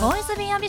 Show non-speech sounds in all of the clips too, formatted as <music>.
ボイスビアビ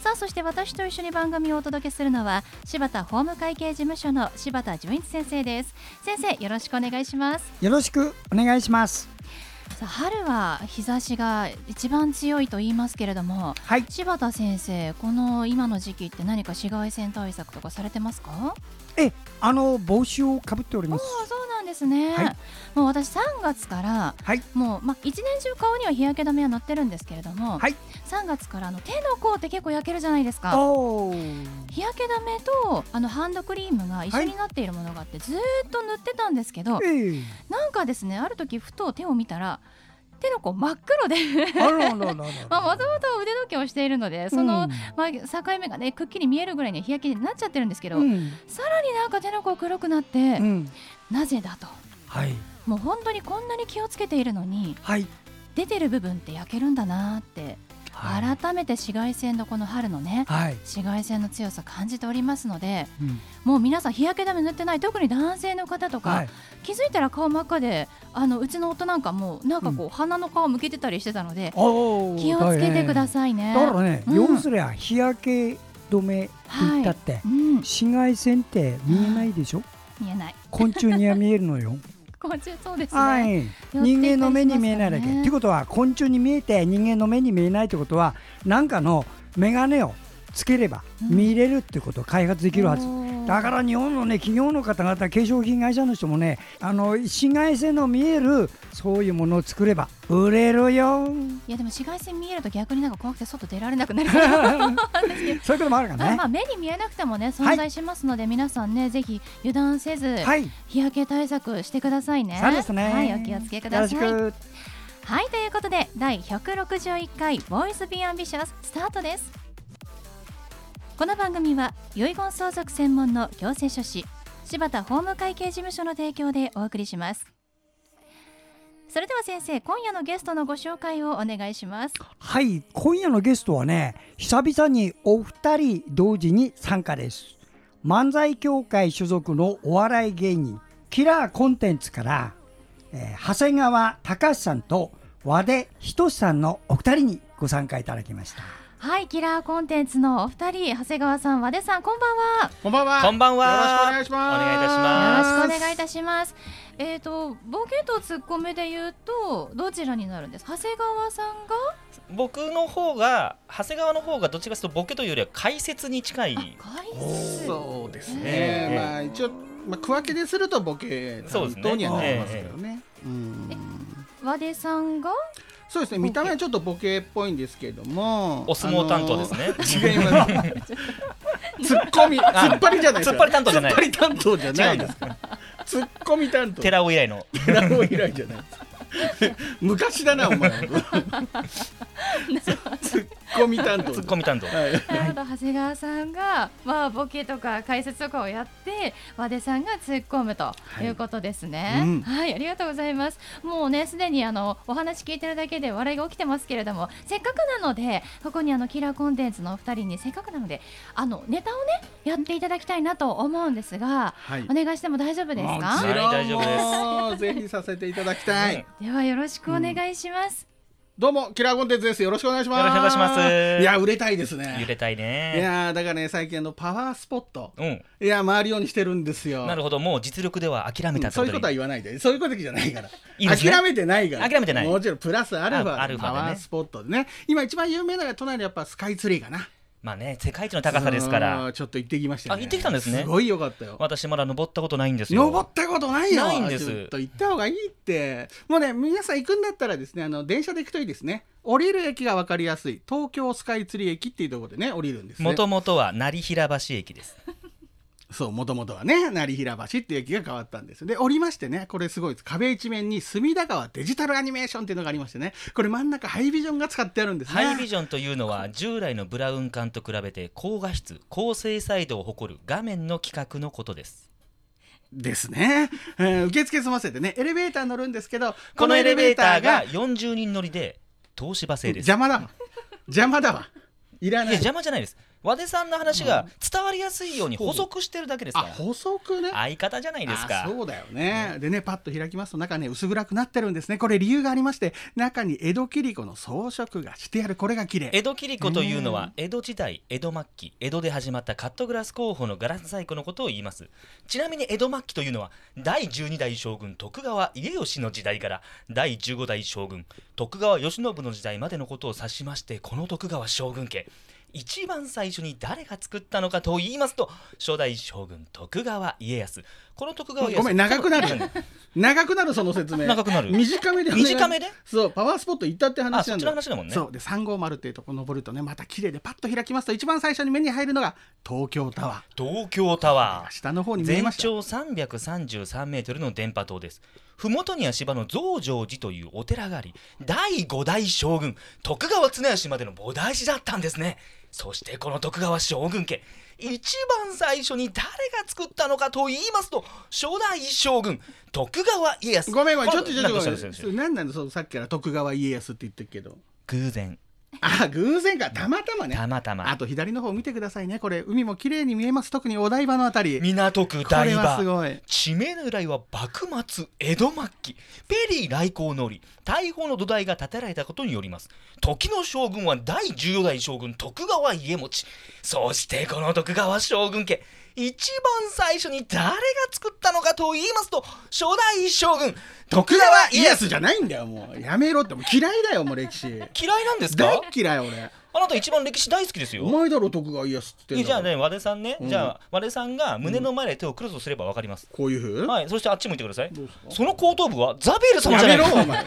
さあそして私と一緒に番組をお届けするのは柴田法務会計事務所の柴田純一先生です先生よろしくお願いしますよろしくお願いします。さあ春は日差しが一番強いと言いますけれどもはい、柴田先生この今の時期って何か紫外線対策とかされてますかあの帽子をかぶっておりおおまーす。そうなんですね、はいもう私3月からはい、もう、まあ、一年中顔には日焼け止めは塗ってるんですけれども、はい3月からあの手の甲って結構焼けるじゃないですかおー日焼け止めとあのハンドクリームが一緒になっているものがあって、ずーっと塗ってたんですけどええなんかですねある時ふと手を見たら手の甲真っ黒で <laughs> あららららら。まあもともと腕時計をしているのでその、うんまあ、境目がねくっきり見えるぐらいには日焼けになっちゃってるんですけど、うん、さらになんか手の甲黒くなって、うん、なぜだとはい、もう本当にこんなに気をつけているのにはい、出てる部分って焼けるんだなーって、はい、改めて紫外線のこの春のねはい、紫外線の強さ感じておりますのでうん、もう皆さん日焼け止め塗ってない特に男性の方とか、はい、気づいたら顔真っ赤であのうちの夫なんかもうなんかこう、鼻の皮むけてたりしてたのでお気をつけてくだささいね。だからね、うん要すりゃ日焼け止め言ったって、うん、紫外線って見えない <laughs> でしょ。見えない昆虫には見えるのよ。昆虫そうですね、はい、寄ってい人たりしますからね間の目に見えないだけ。ってことは昆虫に見えて人間の目に見えないってことは何かの眼鏡をつければうん見れるってことを開発できるはず。だからら日本のね企業の方々、化粧品会社の人もね、あの紫外線の見えるそういうものを作れば売れ <laughs> るよ。いやでも紫外線見えると逆になんか怖くて外出られなく <laughs> なるあそういうこともあるからねま。あ目に見えなくてもね存在しますので、皆さんねぜひ油断せずはい、日焼け対策してくださいね。そうですね。はいお気をつけください。よろしく。はいということで第161回「Voice Be Ambitious」スタートですこの番組は遺言相続専門の行政書士柴田法務会計事務所の提供でお送りしますそれでは先生今夜のゲストのご紹介をお願いしますはい、今夜のゲストはね、久々にお二人同時に参加です。漫才協会所属のお笑い芸人、キラーコンテンツから、えー長谷川隆さんと和出仁さんのお二人にご参加いただきました。はいキラーコンテンツのお二人長谷川さん和出さんこんばんはこんばんは。こんばんはよろしくお願いします。お願いいたしまよろしくお願いいしたします。えっ、とボケとツッコミで言うとどちらになるんですか。長谷川さんが僕の方が長谷川の方がどっちかというとボケというよりは解説に近い解説。そうですね。ええまあ一応まあ区分けでするとボケ担当にはなりますけどね。うん和出さんがそうですね。見た目はちょっとボケっぽいんですけども、お相撲担当ですね。 <laughs> ね。違います。ツッコミ、突っ張りじゃないですよ。突っ張り担当じゃない突っ張り担当じゃないです。突っ込み担当。寺尾以来の。寺尾以来じゃないです。 <laughs> 昔だなお <laughs> 前。ツッコミ担当。ツッコミ担当。はい。なるほど長谷川さんがまあボケとか解説とかをやって和出さんが突っ込むということですね。は、はいいうんありがとうございます。もうねすでにあのお話聞いてるだけで笑いが起きてますけれども、せっかくなのでここにあのキラーコンテンツのお二人にせっかくなのであのネタをねやっていただきたいなと思うんですが、はいお願いしても大丈夫ですもちか？ろんはい大丈もうぜひさせていただきたい。ではよろしくお願いします。どうもキラーコンテンツです。よろしくお願いします。よろしくお願いしますいや売れたいですね。揺れたいいね。やーだからね最近あのパワースポットうん。いや回るようにしてるんですよ。なるほど、もう実力では諦めうんたってそういうここととはに。言わないで、そういうことじゃないから。いいですね諦めてないから。諦めてないもちろん、プラスアルフあアルァ、ファパでねワースポットでね。今一番有名なのが都内のやっぱスカイツリーかな。まあね、世界一の高さですかうらん。ちょっと行ってきましたね。あ行ってきたんですねすごいよかったよ。私まだ登ったことないんですよ。登ったことないよないんですちょっと行った方がいいってもうね皆さん行くんだったらですねあの電車で行くといいですね降りる駅が分かりやすい東京スカイツリー駅っていうところでね降りるんですねもともとは成平橋駅です。そうもともとはね成平橋っていう駅が変わったんですで降りましてねこれすごいです壁一面に隅田川デジタルアニメーションっていうのがありましてねこれ真ん中ハイビジョンが使ってあるんですねハイビジョンというのは従来のブラウン管と比べて高画質高精細度を誇る画面の規格のことですですね、えー受付済ませてねエレベーター乗るんですけどこのエレベーターが40人乗りで東芝製ですい邪魔だわ邪魔だわいらやない邪魔じゃないです和出さんの話が伝わりやすいように補足してるだけですあから補足ね相方じゃないですかあそうだよねでねパッと開きますと中ね薄暗くなってるんですねこれ理由がありまして中に江戸切子の装飾がしてあるこれが綺麗江戸切子というのは江戸時代江戸末期江戸で始まったカットグラス工法のガラス細工のことを言いますちなみに江戸末期というのは第12代将軍徳川家慶の時代から第15代将軍徳川慶喜の時代までのことを指しましてこの徳川将軍家一番最初に誰が作ったのかと言いますと初代将軍徳川家康この徳川家康ごめん長くな <laughs> る長くなるその説明長くなる短めでお願い短めでそうパワースポット行ったって話なんあそっちの話だもんねそうで350っていうとこ登るとねまた綺麗でパッと開きますと一番最初に目に入るのが東京タワ東京タワーー下の方に見え全ました長333メートルの電波塔です。麓には芝の増上寺というお寺があり、第5代将軍、徳川綱吉までの菩提寺だったんですね。そしてこの徳川将軍家、一番最初に誰が作ったのかと言いますと、初代将軍、徳川家康。ごめんごめんちょっとこちのょっとごなめんかそうですん何なのそうさっきから徳川家康って言ってるけど偶然、あ偶然かたまたまねたまたあま、と左の方見てくださいねこれ海も綺麗に見えます特にお台場のあたり港こ区れ台は場す。ごい地名の由来は幕末江戸末期ペリー来航の折大砲の土台が建てられたことによります時の将軍は第14代将軍徳川家茂そしてこの徳川将軍家一番最初に誰が作ったのかと言いますと初代将軍徳徳川川家家康康じゃないんだよもうやめろってもう嫌いだよもう歴 <laughs> 史嫌いなんです大かっ嫌い俺あなた一番歴史大好きですおよ前だろ徳川家康ってい言っやじてゃあんだからね和田さんね、うんじゃあ和田さんが胸の前で手をクロスすればわかります、こういうふうはいそしてあっち向いてくださいどうですその後頭部はザビエルか様じやゃなめいでろすか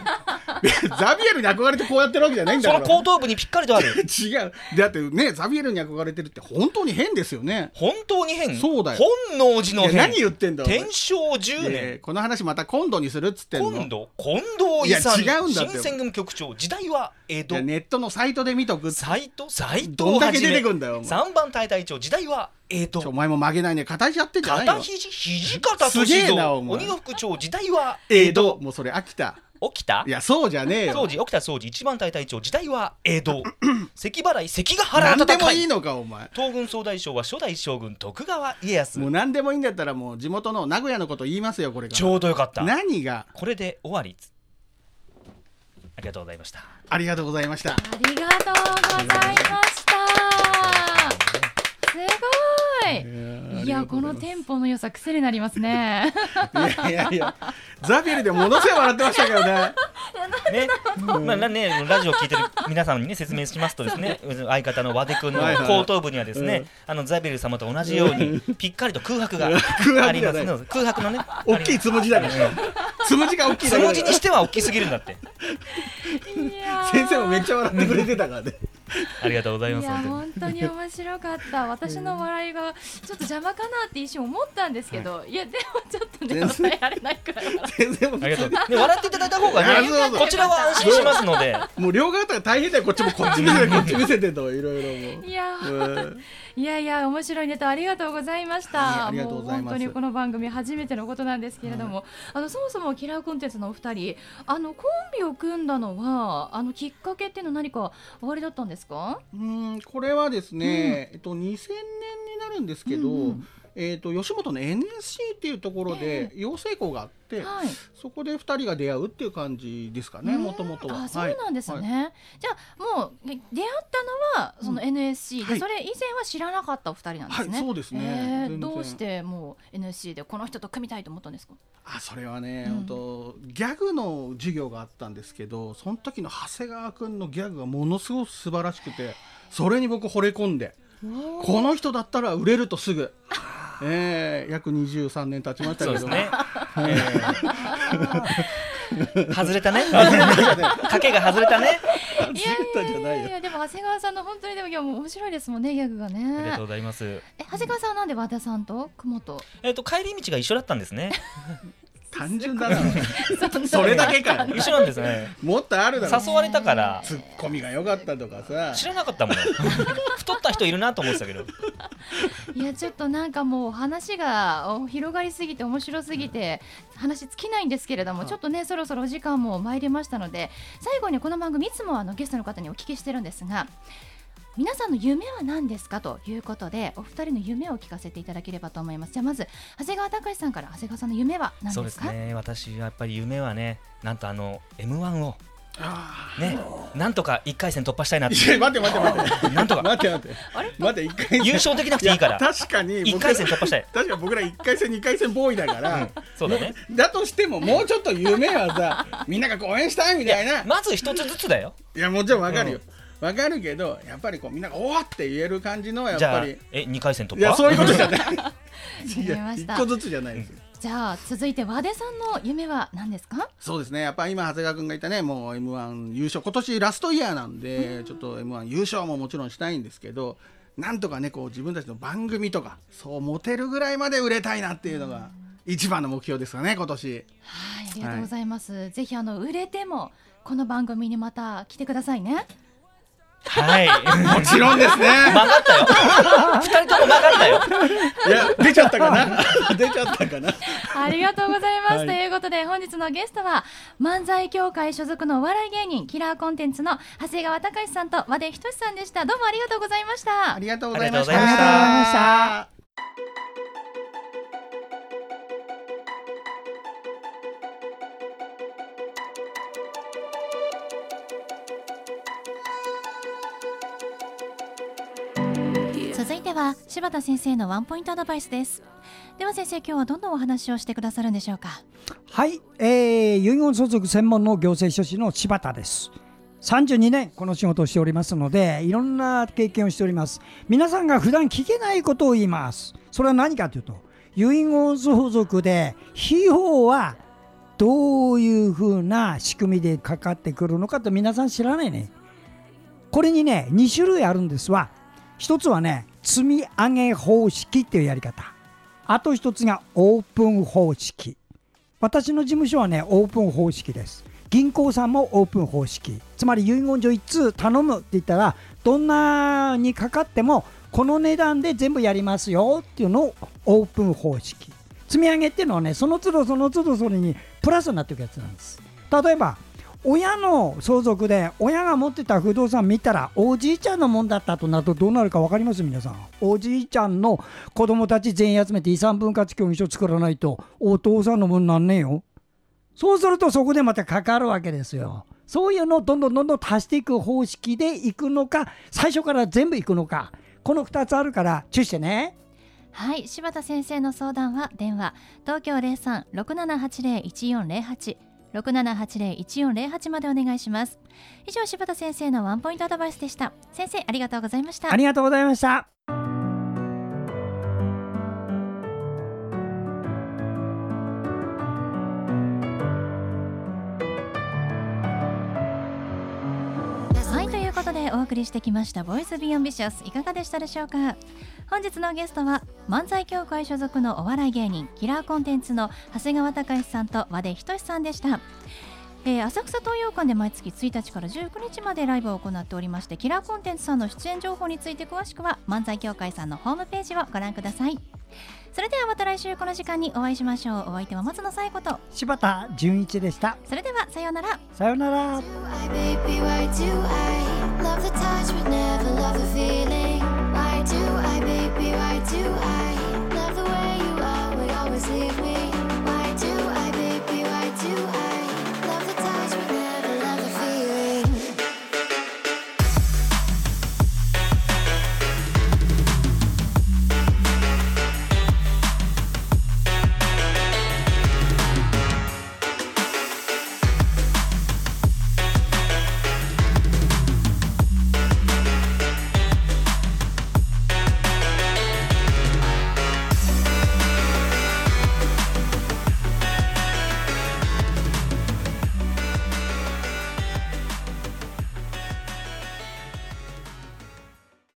お前ザビエルに憧れてこうやってるわけじゃないんだそかのら後頭部にぴっかりとある <laughs> 違うだってねザビエルに憧れてるって本当に変ですよね本当に変そうだよ本能寺のいや変何言ってんだお前天正10いやいや年この話また今度にするっつってんの今度近藤勇いや違うんだって新選組局長時代は江い戸やネットのサイトで見とくっつって斎藤斎藤どんだけはじめ出てくんだよお前三番大隊長時代は江戸ちょお前も曲げないね形やってんじゃない片よ肘土方すげ歳え三なお前鬼の副長時代は江戸もうそれ飽きた起きたいやそうじゃねえ当よ時起きた掃除一番大隊長時代は <laughs> 江戸関払い関ヶ原何でも戦いいいのかお前東軍総大将は初代将軍徳川家康もう何でもいいんだったらもう地元の名古屋のこと言いますよこれかちょうどよかったら何がこれで終わりありがとうござい <laughs> ましたありがとうございましたありがとうございました。すごい。いやこのテンポの良さ癖になりますね。いやいやいやザビエルでものすごい笑ってましたけどねね、まあなね、ラジオ聞いてる皆さんにね説明しますとです <laughs> ね、相方の和出君のはいはい後頭部にはですね、あのザビエル様と同じようにぴっかりと <laughs> 空白が白ありますじゃなので、空白のね、大きいつむじだからつむじが大きいつだけむだじにしては大きすぎるんだって。いやー先生もめっちゃ笑ってくれてたからねありがとうございまいす。や本当に本当に面白かった私の笑いがちょっと邪魔かなって一瞬思ったんですけど、い、やでもちょっとね全然抑えられないくらい笑っ先生もありがとう。で笑っていただいた方があそうそね、うこちらは安心しますので、もう両方が大変だよこっちもこっち見せてこっち見せてといろいろもたういやーう <laughs> んいやいや面白いネタありがとうございましいえた。ありがとうございまも本す当にこの番組初めてのことなんですけれども、あのそもそもキラーコンテンツのお二人、あのコンビを組んだのはあのきっかけっていうのは何か終わりだったんですか？うーんこれはですね、えっと、2000年になるんですけど、うんうんえっと、吉本の NSC っていうところで養成校があって、はい。そこで2人が出会うっていう感じですかねもともとは。あ、そうなんですね。はいはいじゃあもう出会ったのはその NSC で、はいそれ以前は知らなかったお二人なんですね。はいそうですねえー全然どうしてもう NSC でこの人と組みたいと思ったん <laughs> ですか？あそれはね、うん本当ギャグの授業があったんですけどその時の長谷川君のギャグがものすごく素晴らしくてそれに僕惚れ込んでこの人だったら売れるとすぐ、えー、約23年経ちましたそうけでどすねね。 <laughs> えー外れたね。賭けが外れたね。外ったんじゃないよやでも長谷川さんの本当にでも今日も面白いですもんねギャグがありがねとうございます。え長谷川さんはなんで和田さんと雲とえっ、と帰り道が一緒だったんですね。単純だなそれだけかよ一緒なんですね。もっとあるだろ誘われたからツッコミが良かったとかさ知らなかったもん。太った人いるなと思ってたけど。いやちょっとなんかもう話がお広がりすぎて面白すぎて話尽きないんですけれどもちょっとねそろそろお時間も参りましたので最後にこの番組いつもあのゲストの方にお聞きしてるんですが皆さんの夢は何ですかということでお二人の夢を聞かせていただければと思いますじゃあまず長谷川隆さんから長谷川さんの夢は何そうでですすかね。私はやっぱり夢はね、なんとあの M1 をあね、なんとか一回戦突破したいなっーいて。や待って待って待ってなんとか待って待ってあれ待って一回優勝できなくていいから。確かに僕一回戦突破したい。確かに僕ら1回戦2回戦ボーイだから、そうだね。だとしてももうちょっと夢は <laughs> さみんなが応援したいみたいないまず一つずつだよ。やもちろんわかるよ、わかるけどやっぱりこうみんなが「おーって言える感じのやっじゃぱありえ二回戦突破。いやそういうことじゃ <laughs> ないわいかりまやし一た個ずつじゃないですよじゃあ続いて和出さんの夢は何ですかそうですねやっぱ今長谷川君がいたねもう m 1優勝今年ラストイヤーなんで、ちょっと m 1優勝ももちろんしたいんですけどなんとかねこう自分たちの番組とかそうモテるぐらいまで売れたいなっていうのが一番の目標ですかね今年はいありがとうございます、ぜひあの売れてもこの番組にまた来てくださいねはい。もちろん <laughs> ですね曲がったよ。二人とも曲がったよ。いや出ちゃったかな <laughs> 出ちゃったかな <laughs> ありがとうございます。はいということで、本日のゲストは、漫才協会所属のお笑い芸人、キラーコンテンツの長谷川隆さんと和出仁さんでした。どうもありがとうございましたあ。りがとうございましたありがとうございました続いては、柴田先生のワンポイントアドバイスです。では先生、今日はどんなお話をしてくださるんでしょうか。はい、えー、遺言相続専門の行政書士の柴田です。32年この仕事をしておりますのでいろんな経験をしております皆さんが普段聞けないことを言いますそれは何かというと遺言相続で費用はどういうふうな仕組みでかかってくるのかと皆さん知らないねこれにね2種類あるんですわ一つはね積み上げ方式っていうやり方あと一つがオープン方式私の事務所はねオープン方式です銀行さんもオープン方式つまり遺言書一通頼むって言ったらどんなにかかってもこの値段で全部やりますよっていうのをオープン方式積み上げっていうのはねその都度その都度それにプラスになっていくやつなんです例えば親の相続で親が持ってた不動産見たらおじいちゃんのもんだったとなるとどうなるか分かります皆さんおじいちゃんの子供たち全員集めて遺産分割協議書作らないとお父さんのもんなんねえよそうするとそこでまたかかるわけですよそういうのをどんどんどんどん足していく方式でいくのか最初から全部いくのかこの2つあるから注意してねはい、柴田先生の相談は電話東京03-6780-1408 6780-1408までお願いします。以上柴田先生のワンポイントアドバイスでした。先生ありがとうございました。ありがとうございましたはいということでお送りしてきました「ボイスビーアンビシャスいかがでしたでしょうか本日のゲストは漫才協会所属のお笑い芸人キラーコンテンツの長谷川隆さんと和出仁さんでした、えー浅草東洋館で毎月1日から19日までライブを行っておりましてキラーコンテンツさんの出演情報について詳しくは漫才協会さんのホームページをご覧くださいそれではまた来週この時間にお会いしましょうお相手は松野紗友子と柴田純一でしたそれではさようならさようなら Do I, baby, why do I love the touch but never